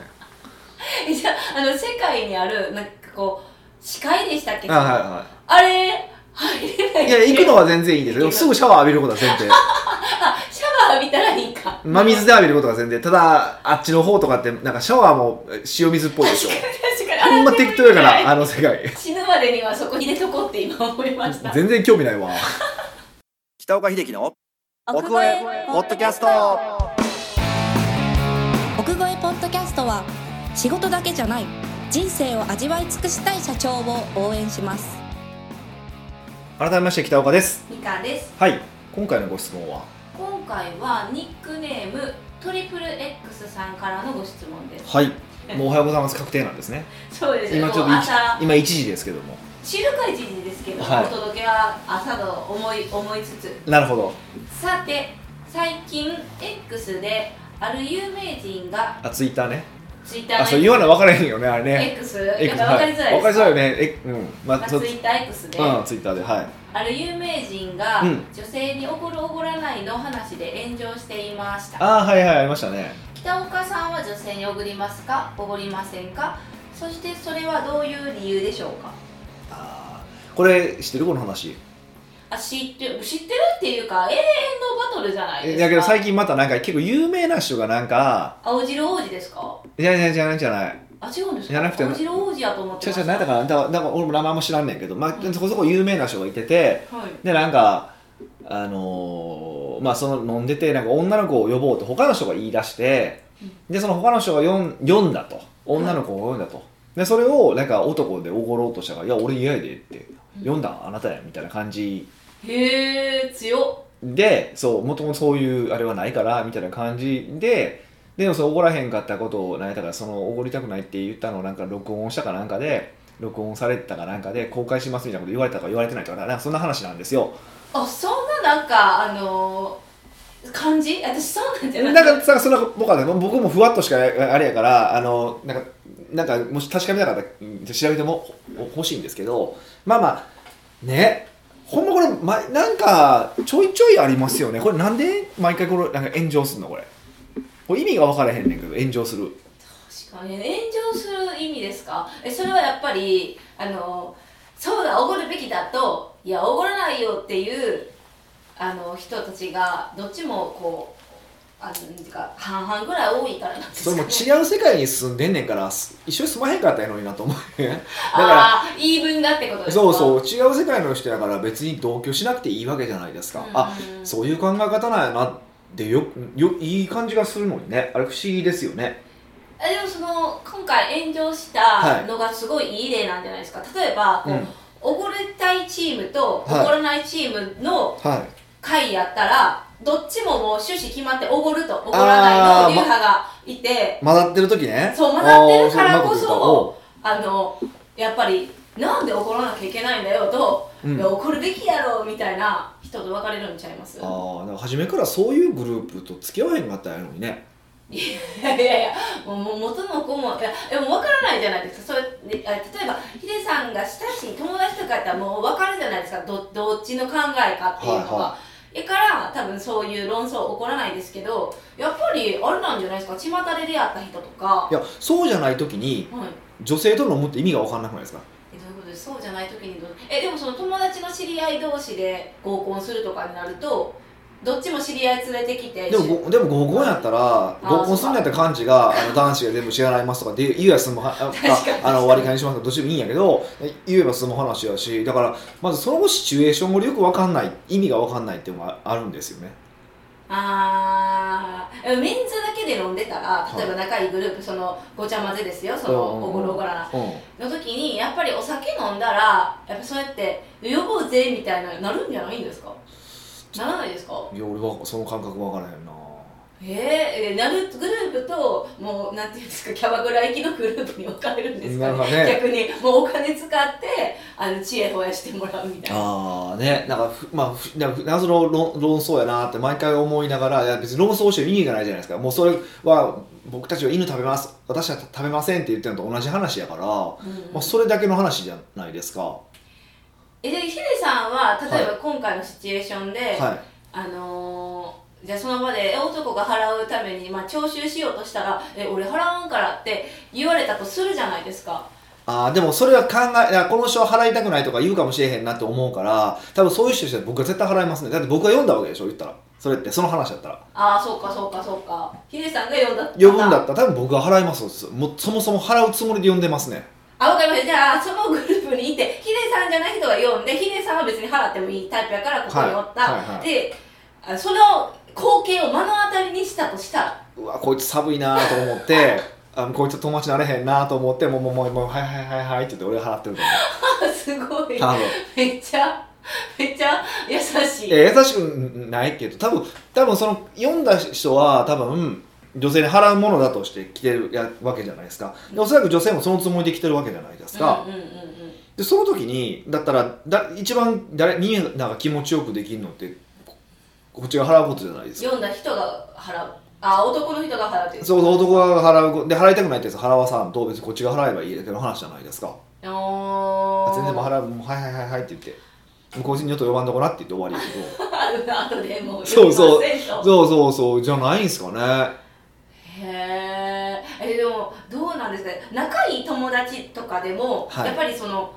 Speaker 1: え じゃああの世界にあるなんかこう視界でしたっけ
Speaker 2: あはいはい
Speaker 1: あれ入れない
Speaker 2: いや、行くのは全然いいんですよ。でもすぐシャワー浴びることは前 提。
Speaker 1: あシャワー浴びたらいいんか
Speaker 2: 真水で浴びることが前提。ただ、あっちの方とかって、なんかシャワーも塩水っぽいでしょ。
Speaker 1: 確かに
Speaker 2: ほんま適当やか
Speaker 1: あれ
Speaker 2: ら、あの世界。
Speaker 1: 死ぬまでにはそこに入れとこうって今思いました
Speaker 2: 全然興味ないわ。北岡秀樹の奥越えポッドキャスト。
Speaker 3: 奥越えポッドキャストは仕事だけじゃない人生を味わい尽くしたい社長を応援します
Speaker 2: 改めまして北岡です。
Speaker 1: ミカです
Speaker 2: はい。今回のご質問は、
Speaker 1: 今回はニックネームトリプル X さんからのご質問です
Speaker 2: はい。もうおはようございます。確定なんですね。
Speaker 1: そうです
Speaker 2: 今ちょっと
Speaker 1: もう
Speaker 2: 一
Speaker 1: 朝
Speaker 2: 今1時ですけども。
Speaker 1: 知る会時ですけど、
Speaker 2: はい
Speaker 1: お届けは朝の思い思いつつ
Speaker 2: なるほど。
Speaker 1: さて最近 X である有名人が
Speaker 2: あ、ツイッターね。
Speaker 1: ツイッタ
Speaker 2: あ、そう
Speaker 1: ー
Speaker 2: 言わな分からへんよね、あれね。
Speaker 1: X
Speaker 2: え
Speaker 1: やっぱ分かりづらいです
Speaker 2: は分かりづらいよね。え、うん。ま
Speaker 1: まあ
Speaker 2: あ、
Speaker 1: ツイ
Speaker 2: そ
Speaker 1: ッター X で、
Speaker 2: うん、ツイッターで、はい。
Speaker 1: ある有名人が
Speaker 2: うん
Speaker 1: 女性におごるおごらないの話で炎上していました
Speaker 2: あー、はいはい、ありましたね。
Speaker 1: 北岡さんは女性におごりますかおごりませんかそしてそれはどういう理由でしょうか
Speaker 2: あーこれ知ってるこの話
Speaker 1: あ知ってる知ってるっていうか永遠のバトルじゃないで
Speaker 2: え
Speaker 1: すか
Speaker 2: だけど最近またなんか結構有名な人がなんか
Speaker 1: 青汁王子ですか
Speaker 2: いやいやじゃないじゃない
Speaker 1: あ違うんですか
Speaker 2: じゃなくて
Speaker 1: 青汁王子やと思って
Speaker 2: ちゃ
Speaker 1: まし
Speaker 2: ちゃ
Speaker 1: た
Speaker 2: なんだかなだからなんか俺も名前も知らんねんけど、ま
Speaker 1: う
Speaker 2: あ、
Speaker 1: ん
Speaker 2: そこそこ有名な人がいてて
Speaker 1: はい
Speaker 2: でなんかあのーまあその飲んでてなんか女の子を呼ぼうと他の人が言い出してでその他の人が呼ん呼んだと女の子を呼んだとでそれをなんか男でおごろうとしたから「いや俺嫌やで」って「呼んだんあなたや」みたいな感じ
Speaker 1: へえ強っ
Speaker 2: でそうもともとそういうあれはないからみたいな感じででもその怒らへんかったことを何やったからその怒りたくないって言ったのをなんか録音したかなんかで録音されてたかなんかで公開しますみたいなこと言われたか言われてないとかなんかそんな話なんですよ
Speaker 1: あそんななんかあのー、感じ私そうなんじゃ
Speaker 2: な
Speaker 1: なんい
Speaker 2: かなんかそんな僕はね僕もふわっとしかあれやからあのなんかなんかもし確かめなかったらうん調べてもほ欲しいんですけどまあまあねほんまこれ、ま、なんかちょいちょいありますよねこれなんで毎回これなんか炎上するのこれこれ意味が分からへんねんけど炎上する
Speaker 1: 確かに炎上する意味ですかえそれはやっぱりあのそうだおごるべきだといやおごらないよっていうあの人たちがどっちもこうあのなんていうか半々ぐらい多いからなんです
Speaker 2: そ
Speaker 1: か、
Speaker 2: れ
Speaker 1: ね、
Speaker 2: も違う世界に住んでんねんからす一緒に住まへんかったらええのになと思うよねだから
Speaker 1: ああー言い分がってことですか
Speaker 2: そう
Speaker 1: う
Speaker 2: そう違う世界の人やから別に同居しなくていいわけじゃないですか、あ
Speaker 1: ん
Speaker 2: そういう考え方なんやなってよよいい感じがするのにねあれ不思議ですよね
Speaker 1: えでもその今回炎上し
Speaker 2: は
Speaker 1: た
Speaker 2: い
Speaker 1: のがすごいいい例なんじゃないですか例えばこう、
Speaker 2: うん
Speaker 1: おごりたいチームとおご
Speaker 2: はい
Speaker 1: らないチームの
Speaker 2: はい
Speaker 1: 会やったらどっちももう趣旨決まっておごるとおごらないの流派がいて
Speaker 2: 混ざってる時ね
Speaker 1: そう混ざってるからこそ
Speaker 2: そ
Speaker 1: あのやっぱりなんでおごらなきゃいけないんだよと、
Speaker 2: うん
Speaker 1: いやおごるべきやろみたいな人と別れるんちゃいます
Speaker 2: ああーでも初めからそういうグループと付き合わへんかったんやのにね
Speaker 1: いやいやいやもうもう元の子もいやでも分からないじゃないですかそれであ例えばヒデさんが親しい友達とかやったらもう分かるじゃないですかどどっちの考えかっていうのが。
Speaker 2: は
Speaker 1: だから多分そういう論争起こらないですけどやっぱりあれなんじゃないですか巷で出会った人とか
Speaker 2: いやそうじゃない時に
Speaker 1: はい
Speaker 2: 女性と飲むって意味が分かんなくないですか
Speaker 1: えどういうことですそうじゃない時にどうえでもその友達の知り合い同士で合コンするとかになるとどっちも知り合い連れてきて
Speaker 2: でもごでも合コンやったら
Speaker 1: ー
Speaker 2: 合コンするんやったら漢字があの男子が全部支払いますとかで言うや済 むはあ
Speaker 1: かに
Speaker 2: あの割り勘にしますとかどっちでもいいんやけど言えば済む話やしだからまずそのシチュエーションもよく分かんない意味が分かんないっていうのがあるんですよね
Speaker 1: あーメンズだけで飲んでたら例えば仲いいグループそのごちゃ混ぜですよそのおごるおごらな
Speaker 2: う
Speaker 1: の
Speaker 2: ん
Speaker 1: 時にやっぱりお酒飲んだらやっぱそうやって呼ぼうぜみたいななるんじゃないんですかならないですか
Speaker 2: いや俺はその感覚分からへんな
Speaker 1: えー、えなるグループともうなんていうんですかキャバクラ行きのグループに分かれるんですか,、
Speaker 2: なんかね
Speaker 1: 逆にもうお金使ってあの知恵増やしてもらうみたいな
Speaker 2: ああねなんかふまあふなんか謎の論論争やなって毎回思いながらいや別に論争してる意味がないじゃないですかもうそれは僕たちは犬食べます私は食べませんって言ってるのと同じ話やから、ま
Speaker 1: うん
Speaker 2: あ、それだけの話じゃないですかは
Speaker 1: えでヒデさんは例えば
Speaker 2: は
Speaker 1: 今回のシチュエーションで、
Speaker 2: い
Speaker 1: あのーじゃあその場でえ男が払うために、まあ、徴収しようとしたら「え俺払わんから」って言われたとするじゃないですか
Speaker 2: ああでもそれは考えいやこの人は払いたくないとか言うかもしれへんなって思うから多分そういう人たちは僕は絶対払いますねだって僕が読んだわけでしょ言ったらそれってその話だったら
Speaker 1: ああそうかそうかそうかヒデさんが呼んだ
Speaker 2: 呼ぶんだったら多分僕が払いますもうそもそも払うつもりで呼んでますね
Speaker 1: あ、わかりました。じゃあ、そのグループにいて、ヒデさんじゃない人が読んで、ヒデさんは別に払ってもいいタイプやから、ここにおった。
Speaker 2: はいはいはい
Speaker 1: であその光景を目の当たりにしたとしたら、
Speaker 2: うわこいつ寒いなと思 ってあこいつ友達になれへんなと思ってもうもうもうもうはいはいはいはいって言って俺払ってると思
Speaker 1: あすご
Speaker 2: う
Speaker 1: い。
Speaker 2: 多分
Speaker 1: めっちゃ、めっちゃ優しい。
Speaker 2: え優しくないけど多分多分その読んだ人は多分女性に払うものだとして来てるやわけじゃないですかでおそらく女性もそのつもりで来てるわけじゃないですか、
Speaker 1: うんうんうんうん。
Speaker 2: でその時にだったらだ一番誰みんなが気持ちよくできるのってここっちが払うことじゃないですか
Speaker 1: 読んだ人が払う。あ、男の人が払うっていう。
Speaker 2: そうそう男が払うこで払いたくないってやつ払わさんと別にこっちが払えばいいだけの話じゃないですか
Speaker 1: おー
Speaker 2: 全然もう払うもうはいはいはいはいって言って向こう人にちょっと呼ばんとこなって言って終わりやけ ど
Speaker 1: あとでもう、
Speaker 2: そうそう
Speaker 1: 40%
Speaker 2: そうそうそうじゃないんすかね
Speaker 1: へーえでもどうなんですかね仲いい友達とかでも、
Speaker 2: はい
Speaker 1: やっぱりその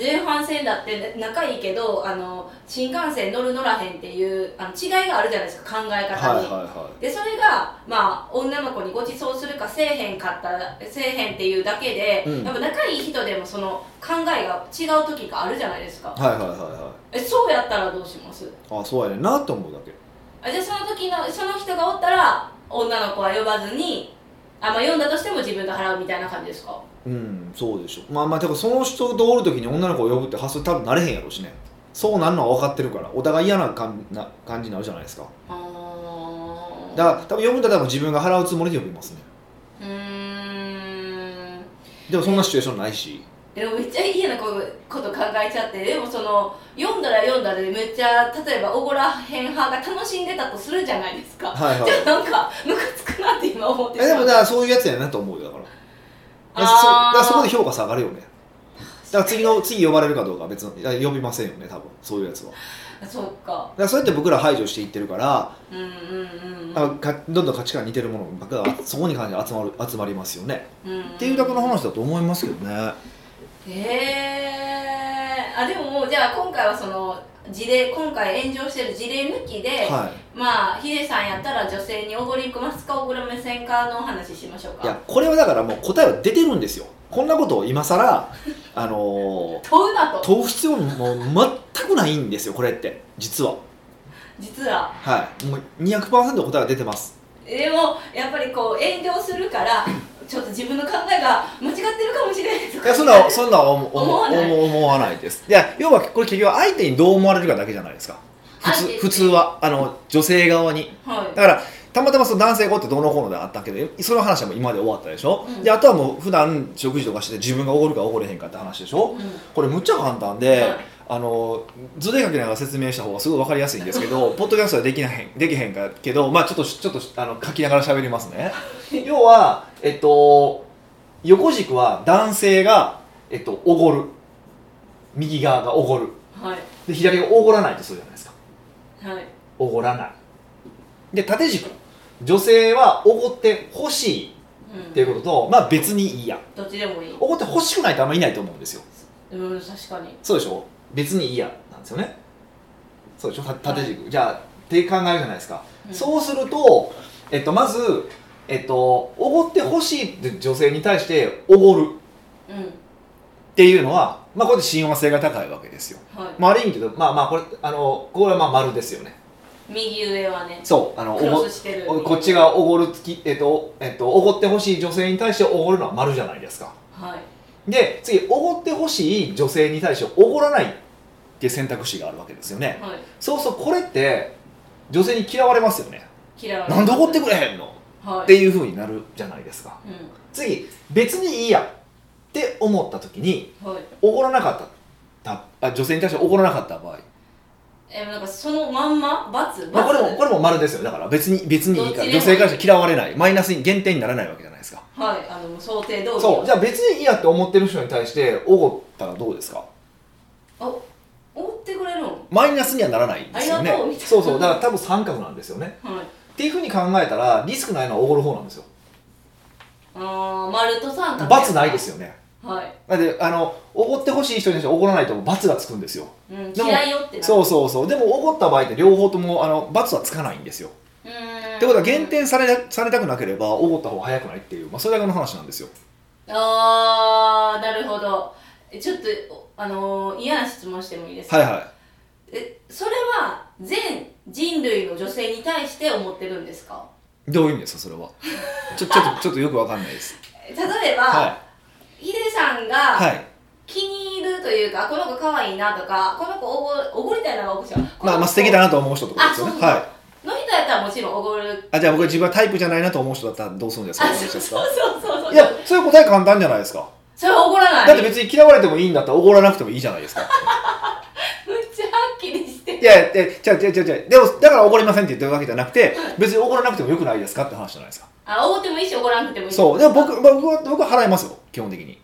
Speaker 1: 前半戦だって仲いいけどあの新幹線乗る乗らへんっていうあの違いがあるじゃないですか考え
Speaker 2: い
Speaker 1: 方
Speaker 2: は
Speaker 1: に、
Speaker 2: いは
Speaker 1: でそれが、まあ、女の子にご馳走するかせえへんかったらせえへんっていうだけで、
Speaker 2: うん
Speaker 1: やっぱ仲いい人でもその考えが違う時があるじゃないですか
Speaker 2: いはいはいはいは
Speaker 1: えそうやったらどうします
Speaker 2: いあそうやねんなって思うだけ
Speaker 1: あじゃあその時のその人がおったら女の子は呼ばずにあ、まあ、呼んだとしても自分が払うみたいな感じですか
Speaker 2: うんそうでしょまあまあでもその人とおる時に女の子を呼ぶって発想多分なれへんやろうしねそうなんのは分かってるからお互い嫌な感な感じになるじゃないですか
Speaker 1: あー
Speaker 2: だから多分呼ぶんだったらもう自分が払うつもりで呼びますね
Speaker 1: うーん
Speaker 2: でもそんなシチュエーションないし
Speaker 1: でもめっちゃ嫌なこと考えちゃってでもその読んだら読んだでめっちゃ例えばおごらへん派が楽しんでたとするじゃないですか、
Speaker 2: は いはい
Speaker 1: じゃあなんかムカつくなって今思って
Speaker 2: えでもだ
Speaker 1: だ
Speaker 2: からそういうやつやなと思うよだからだからそ
Speaker 1: あー
Speaker 2: だからそこで評価下がるよねだから次の次呼ばれるかどうかは別のいや呼びませんよね多分そういうやつはだか
Speaker 1: そうから
Speaker 2: そうやって僕ら排除していってるから、
Speaker 1: うんうんうん
Speaker 2: あかどんどん価値観似てるものばっかがそこに関して集まる集まりますよね、
Speaker 1: うん
Speaker 2: っていうだけの話だと思いますけどね
Speaker 1: へえあでももうじゃあ今回はその事例今回炎上してる事例抜きで、
Speaker 2: は
Speaker 1: まあヒデさんやったら女性におごりますかおごりませんかのお話しましょう
Speaker 2: いいや
Speaker 1: か
Speaker 2: これはだからもう答えは出てるんですよこんなことを今更あのー
Speaker 1: 問うなと
Speaker 2: 問う必要ももう全くないんですよこれって実は
Speaker 1: 実は
Speaker 2: はいもう200%答えが出てます
Speaker 1: でもやっぱりこう遠慮するからちょっと自分の考えが間違ってるかもしれないと
Speaker 2: い
Speaker 1: か
Speaker 2: やそんなそんな思思
Speaker 1: 思わない
Speaker 2: 思思わないですいや要はこれ結局相手にどう思われるかだけじゃないですか普
Speaker 1: 相手
Speaker 2: 通
Speaker 1: に
Speaker 2: 普通はあの女性側にだ
Speaker 1: は
Speaker 2: からたまたまその男性こうってどうのこうのであったけどその話はもう今まで終わったでしょ、
Speaker 1: うん
Speaker 2: であとはもう普段食事とかして自分がおごるかおごれへんかって話でしょ
Speaker 1: い、うん
Speaker 2: これむっちゃ簡単で、
Speaker 1: はい
Speaker 2: あの図で書きながら説明した方がすごい分かりやすいんですけどポッドキャストはできないできへんかけど、まあ、ちょっとちょっとあの書きながら喋りますね要は、えっと、横軸は男性が、えっと、おごる右側がおごる
Speaker 1: はい
Speaker 2: で左がおごらないとするじゃないですか
Speaker 1: はい
Speaker 2: おごらないで縦軸女性はおごってほしい
Speaker 1: うん
Speaker 2: っていうことと、まあ、別にいいや
Speaker 1: どっちでもいい
Speaker 2: おごってほしくないってあんまりいないと思うんですよ
Speaker 1: うん確かに
Speaker 2: そうでしょ別にいいやなんですよねそうでしょた縦軸、じゃあって考えるじゃないですか、
Speaker 1: うん
Speaker 2: そうすると、えっと、まず、えっと、おごってほしいって女性に対しておごる
Speaker 1: うん
Speaker 2: っていうのは、まあ、これで親和性が高いわけですよ、
Speaker 1: はい
Speaker 2: まあ、ある意味で言うとまあまあこれあのこれはまあ丸ですよね
Speaker 1: 右上はね
Speaker 2: そうあのお
Speaker 1: ク
Speaker 2: ご
Speaker 1: ロスしてる
Speaker 2: おこっちがおごるつき、えっとえっと、おごってほしい女性に対しておごるのは丸じゃないですか
Speaker 1: はい
Speaker 2: で次おごってほしい女性に対しておごらないっていう選択肢があるわけですよね
Speaker 1: はい
Speaker 2: そうそうこれって女性に嫌われますよね
Speaker 1: 嫌われ
Speaker 2: なんで怒ってくれへんの
Speaker 1: はい
Speaker 2: っていうふうになるじゃないですか
Speaker 1: う
Speaker 2: 次別にいいやって思った時に
Speaker 1: んはい
Speaker 2: おごらなかったたあ女性に対しておごらなかった場合、
Speaker 1: えなんかそのまんま罰罰
Speaker 2: まあ、これもこれも丸ですよだから別に別にいいか
Speaker 1: どっ
Speaker 2: ら女
Speaker 1: ちでもい
Speaker 2: 性
Speaker 1: い
Speaker 2: からして嫌われないマイナスに減点にならないわけじゃないですか
Speaker 1: はいあの想定通り
Speaker 2: そうじゃあ別にいいやって思ってる人に対しておごったらどうですか
Speaker 1: お追ってくれるの
Speaker 2: マイナスにはならないんですよね
Speaker 1: ありがとうみたいな
Speaker 2: そうそうだから多分三角なんですよね
Speaker 1: はい
Speaker 2: っていうふうに考えたらリスクないのはおごる方なんですよ
Speaker 1: あー丸と三角
Speaker 2: 罰ないですよね
Speaker 1: はい
Speaker 2: だってあのおごってほしい人に対しておごらないと罰がつくんですよ
Speaker 1: うん
Speaker 2: でも
Speaker 1: 嫌いよってなる
Speaker 2: そうそうそうでもおごった場合って両方ともあの罰はつかないんですよ
Speaker 1: うーん
Speaker 2: ってことは減点されされたくなければおごった方が早くないっていう、まあ、それだけの話なんですよ
Speaker 1: あーなるほどえちょっとおあのー嫌な質問してもいいですか、
Speaker 2: はいは
Speaker 1: えそれは全人類の女性に対して思ってるんですか
Speaker 2: いどういう意味ですかそれはちょちょっとちょっとよくわかんないです
Speaker 1: え例えば、
Speaker 2: は
Speaker 1: ヒデさん
Speaker 2: いは
Speaker 1: が
Speaker 2: い
Speaker 1: 気に入るというか、この子可愛いなとかこの子おごおごりたいなのが僕は
Speaker 2: まあまあ素敵だなと思う人ってこと
Speaker 1: あ
Speaker 2: です
Speaker 1: そう
Speaker 2: よ
Speaker 1: そう
Speaker 2: ねはい
Speaker 1: の人やったらもちろんおごる
Speaker 2: あじゃあ僕自分はタイプじゃないなと思う人だったらどうするんですか
Speaker 1: あそうそうそうそうそう
Speaker 2: いやそういう答え簡単じゃないですか
Speaker 1: それはおごらない
Speaker 2: だって別に嫌われてもいいんだったら怒らなくてもいいじゃないですか
Speaker 1: めっちゃはっきりして
Speaker 2: いやいや違う違う違う違うでもだから怒りませんって言ってるわけじゃなくて別に怒らなくてもよくないですかって話じゃないですか
Speaker 1: あおごってもいいしおごらなくてもいい
Speaker 2: そうでも僕僕は僕は払いますよ基本的に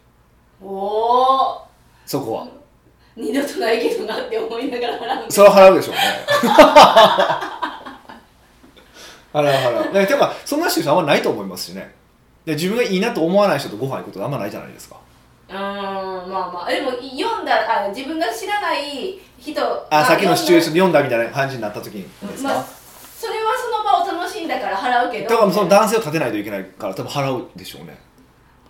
Speaker 1: おお
Speaker 2: そこは
Speaker 1: 二度とないけどなって思いながら払うんです
Speaker 2: それは払うでしょうね 払う払うでてかそんな人あんまないと思いますしねで自分がいいなと思わない人とご飯行くことあんまないじゃないですか
Speaker 1: うーんまあまあでも読んだあ自分が知らない人
Speaker 2: あさっきのシチュエーション
Speaker 1: ン
Speaker 2: で読んだみたいな感じになった時にですか、
Speaker 1: まあそれはその場を楽しんだから払うけど
Speaker 2: だからその男性を立てないといけないから多分払うでしょうね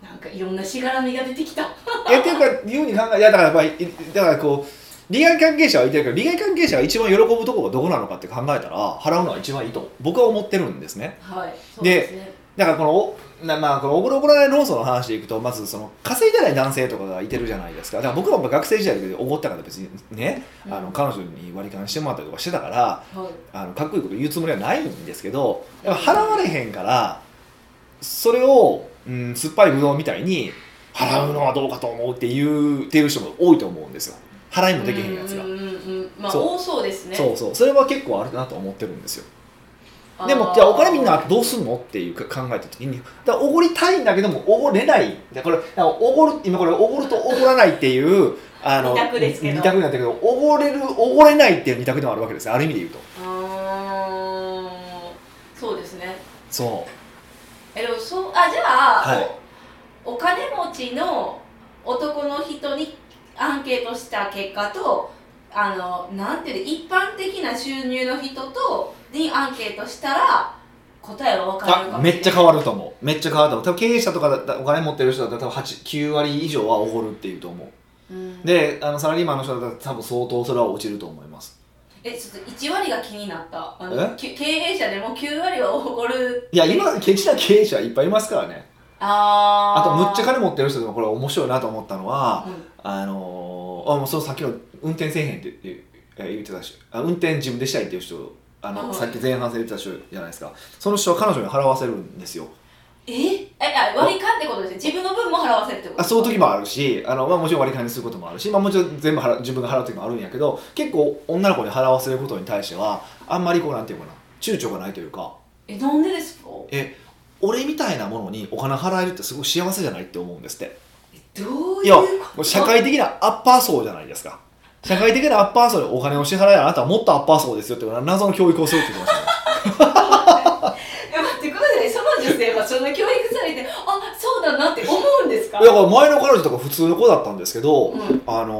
Speaker 1: なんかいろんなしがらみが出てきた
Speaker 2: いやっていうか言うに考えいやだからまあいだからこう利害関係者は言ってるけど利害関係者が一番喜ぶところがどこなのかって考えたら払うのが一番いいと僕は思ってるんですね
Speaker 1: はいそう
Speaker 2: で
Speaker 1: ですね
Speaker 2: だからこのおなまあこのおごるおごらない論争の話でいくとまずその稼いでない男性とかがいてるじゃないですかだから僕はまあ学生時代でおごったから別にね
Speaker 1: うん
Speaker 2: あの彼女に割り勘してもらったりとかしてたから
Speaker 1: はい
Speaker 2: あのかっこいいこと言うつもりはないんですけどやっぱ払われへんからそれを、うん、酸っぱいぶどうみたいに払うのはどうかと思うって言うっていう人も多いと思うんですよ払いもできへんやつが
Speaker 1: うんうんうんまあ
Speaker 2: そう
Speaker 1: 多そうですね
Speaker 2: そうそうそれは結構あるなと思ってるんですよ
Speaker 1: あー
Speaker 2: でもじゃあお金みんなどうすんのっていうか考えた時にだからおごりたいんだけどもおごれないだからこれおごる今これおごるとおごらないっていうあの
Speaker 1: 二択ですけど
Speaker 2: 二択になってるけどおごれるおごれないっていう二択でもあるわけですよある意味で言うと
Speaker 1: うーんそうですね
Speaker 2: そ
Speaker 1: えでもそうあじゃあ、
Speaker 2: はい
Speaker 1: おお金持ちの男の人にアンケートした結果とあのなんていうの一般的な収入の人とにアンケートしたら答えは分かるか
Speaker 2: あ
Speaker 1: もしれない
Speaker 2: めっちゃ変わると思うめっちゃ変わると思う多分経営者とかだったらお金持ってる人だったら多分8 9割以上はおごるっていうと思う
Speaker 1: うん
Speaker 2: であのサラリーマンの人だったら多分相当それは落ちると思います
Speaker 1: えちょっと1割が気になったあ
Speaker 2: え
Speaker 1: のき経営者でも9割はおごる
Speaker 2: いや今ケチな経営者いっぱいいますからね
Speaker 1: あ
Speaker 2: あ
Speaker 1: ー
Speaker 2: とむっちゃ金持ってる人でもこれ面白いなと思ったのは、
Speaker 1: うん
Speaker 2: あのーあもうそのさっきの運転せえへんって言うえー言ってたしあ運転自分でしたいっていう人あの、
Speaker 1: うん
Speaker 2: さっき前半戦で言ってた人じゃないですかその人は彼女に払わせるんですよ
Speaker 1: ええあ割り勘ってことですね自分の分も払わせるってこと
Speaker 2: あそういう時もあるしあの、まあ、もちろん割り勘にすることもあるし、まあ、もちろん全部払う自分が払う時もあるんやけど結構女の子に払わせることに対してはあんまりこうなんていうかな躊躇がないというか
Speaker 1: えなんでですか
Speaker 2: え俺みたいなものにお金払えるってすごい幸せじゃないって思うんですって
Speaker 1: えどう
Speaker 2: い
Speaker 1: い
Speaker 2: や
Speaker 1: うこ
Speaker 2: もう
Speaker 1: と
Speaker 2: 社会的なアッパー層じゃないですか社会的なアッパー層にお金を支払えあなたはもっとアッパー層ですよっていう謎の教育をするって言ってましたね
Speaker 1: え待ってくださいその女性はその教育されてあそうだなって思うんですか
Speaker 2: いやこれ前の彼女とか普通の子だったんですけど、
Speaker 1: うん
Speaker 2: あの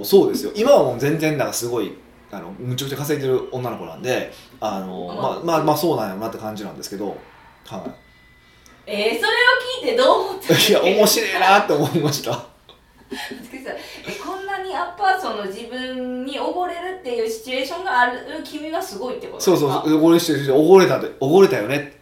Speaker 2: ーそうですよ今はもう全然なんかすごいあのむちゃくちゃ稼いでる女の子なんで、あのー
Speaker 1: うん
Speaker 2: まあまあまあそうなんやろなって感じなんですけど、は
Speaker 1: えーそれを聞いてどう思ったんで
Speaker 2: い、い
Speaker 1: す
Speaker 2: や
Speaker 1: か
Speaker 2: 面白いなって思いました
Speaker 1: 待ってくださいえこんなにアッパー層の自分におごれるっていうシチュエーションがある君はすごいってことです
Speaker 2: そ
Speaker 1: か
Speaker 2: うそうそうおごれしてるおごれたでおごれたよね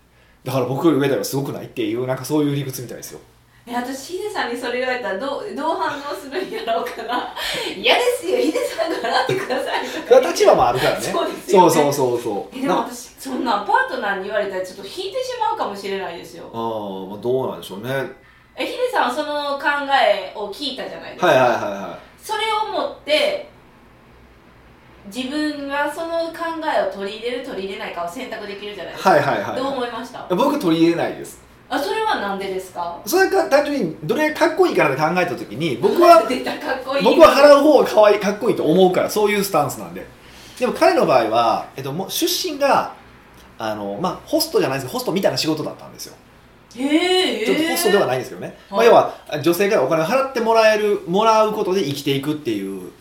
Speaker 2: だから僕より上だよすごくないっていうなんかそういう理屈みたいですよ
Speaker 1: え私ヒデさんにそれ言われたらどうどう反応するんやろうかな嫌ですよヒデさんからってくださいとか言って
Speaker 2: 立場もあるからね
Speaker 1: そうですよね
Speaker 2: そうそうそうそう
Speaker 1: えで
Speaker 2: な
Speaker 1: も
Speaker 2: んか
Speaker 1: 私そんなパートナーに言われたらちょっと引いてしまうかもしれないですよ
Speaker 2: あー、まあどうなんでしょうねはい
Speaker 1: えヒデさんはその考えを聞いたじゃないですか、
Speaker 2: はいはいは
Speaker 1: それを持って自分がその考えを取り入れる取り入れないかを選択できるじゃない
Speaker 2: い
Speaker 1: ですか、
Speaker 2: はいはいはい
Speaker 1: どう思いました
Speaker 2: 僕取り入れないです
Speaker 1: あそれはなんでですか
Speaker 2: それか単純にどれがかっこいいかなって考えた時に僕は
Speaker 1: 出たかっこいい
Speaker 2: 僕は払う方がかわいいかっこいいと思うからそういうスタンスなんででも彼の場合は、えっと、もう出身があの、まあ、ホストじゃないですけどホストみたいな仕事だったんですよ
Speaker 1: へえ
Speaker 2: ちょっとホストではないんですけどね、まあ、
Speaker 1: はい
Speaker 2: 要は女性からお金を払ってもらえるもらうことで生きていくっていう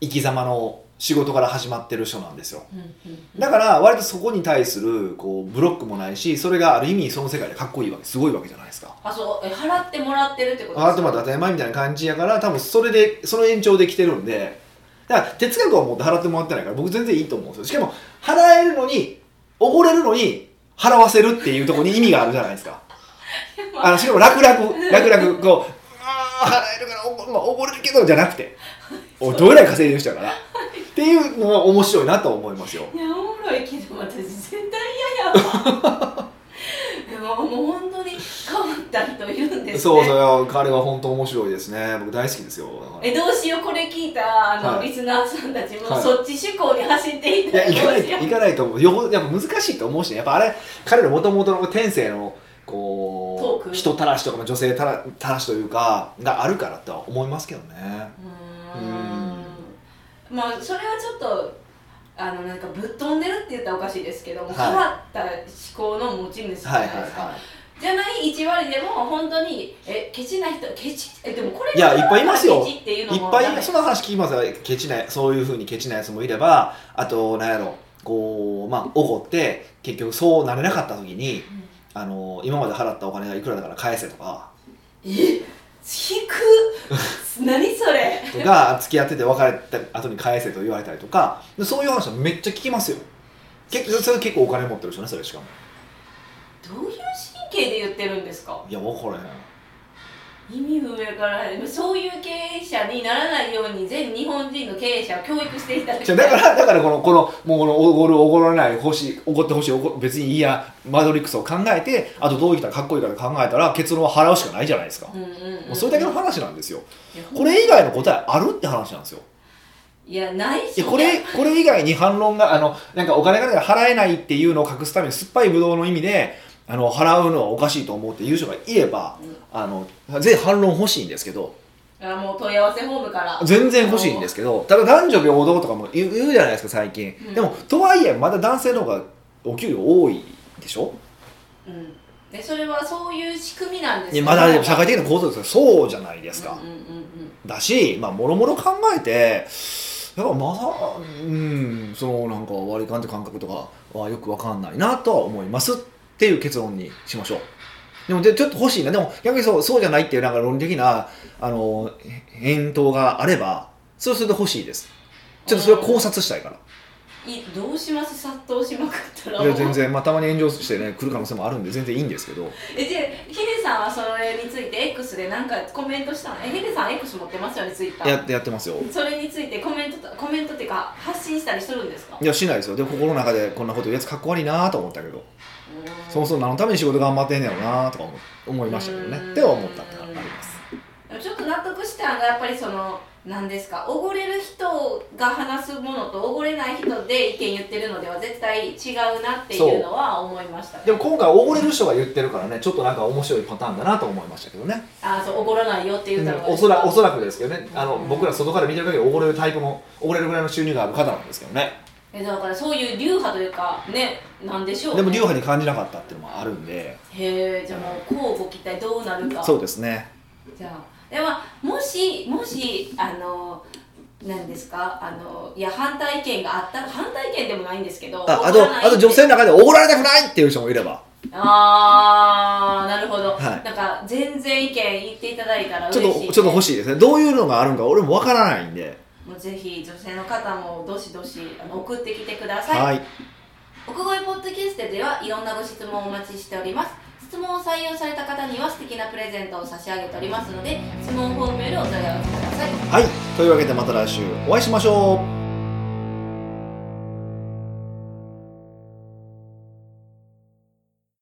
Speaker 2: 生き様の仕事から始まってる人なんですよ
Speaker 1: うんうんうん
Speaker 2: だから割とそこに対するこうブロックもないしそれがある意味その世界でかっこいいわけすごいわけじゃないですか
Speaker 1: あそうえ払ってもらってるってこと
Speaker 2: あなたまで当たり前みたいな感じやから多分それでその延長で来てるんでだから哲学を持って払ってもらってないから僕全然いいと思うんですよしかも払えるのにおごれるのに払わせるっていうところに意味があるじゃないですかあのしかも楽々楽々こう「あー払えるからおご,、まあ、おごれるけど」じゃなく ておどれだけ稼いでる人やからっていうのは面白いなと思いますよ
Speaker 1: いやおもろいけど私絶対嫌やわでももう本当に変わった人いるんですね
Speaker 2: そうそう彼は本当面白いですね僕大好きですよだから
Speaker 1: えどうしようこれ聞いたあの、
Speaker 2: はい
Speaker 1: リスナーさんたちも、
Speaker 2: はい
Speaker 1: そっち思考に走っていっ
Speaker 2: い
Speaker 1: た
Speaker 2: や
Speaker 1: ら
Speaker 2: 行か
Speaker 1: ど
Speaker 2: な
Speaker 1: う
Speaker 2: い
Speaker 1: しよ
Speaker 2: 行かないと思うよほやっぱ難しいと思うしねやっぱあれ彼のもともとの天性のこ
Speaker 1: トー
Speaker 2: う
Speaker 1: ク
Speaker 2: 人たらしとかまあ女性たらたらしというかがあるからとは思いますけどね
Speaker 1: ううーんまあそれはちょっとあのなんかぶっ飛んでるって言ったらおかしいですけども、
Speaker 2: はい
Speaker 1: 変わった思考の持ち主じゃないですか、
Speaker 2: はいはいはい
Speaker 1: じゃない1割でも本当にえケチな人ケチえでもこれ
Speaker 2: いやいっぱいいますよ
Speaker 1: ケチっていうの
Speaker 2: いっ
Speaker 1: も
Speaker 2: ぱ
Speaker 1: ダメ
Speaker 2: いその話聞きますよケチなそういうふうにケチなやつもいればあとなんやろこうまあ怒って結局そうなれなかった時
Speaker 1: う
Speaker 2: に
Speaker 1: ん
Speaker 2: あの今まで払ったお金がいくらだから返せとか
Speaker 1: え引く 何それ
Speaker 2: とか付き合ってて別れた後に返せと言われたりとかそういう話はめっちゃ聞きますよ結構それ結構お金持ってる人ねそれしかも
Speaker 1: どういう神経で言ってるんですか
Speaker 2: いや分からへん
Speaker 1: 意味不明からないそういう経営者にならないように全日本人の経営者を教育していただき
Speaker 2: じ
Speaker 1: たい
Speaker 2: ゃあだからだからこのこのもうこのおごるおごらない欲しいおごってほしいおご別にいいやマトリックスを考えてあとどう生きたらかっこいいかで考えたら結論は払うしかないじゃないですか、
Speaker 1: うんうんうん
Speaker 2: もうそれだけの話なんですよ
Speaker 1: いやほん
Speaker 2: これ以外の答えあるって話なんですよ
Speaker 1: いやない
Speaker 2: い
Speaker 1: し
Speaker 2: やこれこれ以外に反論があのなんかお金が払えないっていうのを隠すために酸っぱいブドウの意味であの払うのはおかしいと思うっていう人がいればあの全然反論欲しいんですけど
Speaker 1: あもう問い合わせフォームから
Speaker 2: 全然欲しいんですけどただ男女平等とかも言う言うじゃないですか最近、
Speaker 1: うん
Speaker 2: でもとはいえまだ男性の方がお給料多いでしょ
Speaker 1: うんでそれはそういう仕組みなんです
Speaker 2: いや
Speaker 1: よ
Speaker 2: まだでも社会的な構造ですからそうじゃないですか、
Speaker 1: うんうんうん
Speaker 2: だしまあもろもろ考えてやっぱまだうんそのなんか割り勘って感覚とかはよくわかんないなとは思いますっていう結論にしましょうでもでちょっと欲しいなでも逆にそうそうじゃないっていうなんか論理的なあのへ返答があればそれはそれで欲しいですちょっとそれを考察したいから
Speaker 1: うんいどうします殺到しまくったら
Speaker 2: いや全然、まあ、たまに炎上してね来る可能性もあるんで全然いいんですけど
Speaker 1: えじゃあヒデさんはそれについて X で何かコメントしたのえヒデさん X 持ってますよねツイッタ
Speaker 2: や
Speaker 1: ー
Speaker 2: ってやってますよ
Speaker 1: それについてコメントとコメントっていうか発信したりするんですか
Speaker 2: いやしないですよで心の中でこんなこと言うやつかっこ悪いなと思ったけど
Speaker 1: うん
Speaker 2: そもそも何のために仕事頑張ってんねやろなとか思思いましたけどね
Speaker 1: うん
Speaker 2: って思ったってあります
Speaker 1: でもちょっと納得したのがやっぱりその何ですかおごれる人が話すものとおごれない人で意見言ってるのでは絶対違うなっていうのは思いましたね
Speaker 2: でも今回おごれる人が言ってるからねちょっとなんか面白いパターンだなと思いましたけどね、
Speaker 1: あーそうおごらないよって言ったのが、
Speaker 2: おそらおそらくですけどねあの
Speaker 1: うん
Speaker 2: 僕ら外から見てる限りおごれるタイプのおごれるぐらいの収入がある方なんですけどね
Speaker 1: えだからそういう流派というかねなんでしょう、ね、
Speaker 2: でも流派に感じなかったっていうのもあるんで
Speaker 1: へえじゃあもう交互期待どうなるか
Speaker 2: そうですね
Speaker 1: じゃあでももしもしあの何ですかあのいや反対意見があった反対意見でもないんですけど
Speaker 2: ああ
Speaker 1: 怒ら
Speaker 2: と
Speaker 1: ない
Speaker 2: あと女性の中でおごられたくないっていう人もいれば
Speaker 1: あーなるほど、
Speaker 2: はい
Speaker 1: なんか全然意見言っていただいたら
Speaker 2: ち
Speaker 1: 嬉
Speaker 2: ょっ
Speaker 1: しい
Speaker 2: とちょっと欲しいですねどういうのがあるのか俺もわからないんで
Speaker 1: もうぜひ女性の方もどしどしあの送ってきてください、
Speaker 2: はい
Speaker 1: 奥越ポッドキャストではいろんなご質問をお待ちしております質問を採用された方には素敵なプレゼントを差し上げておりますので質問フォームよりお問い合わせください
Speaker 2: はい、というわけでまた来週お会いしましょう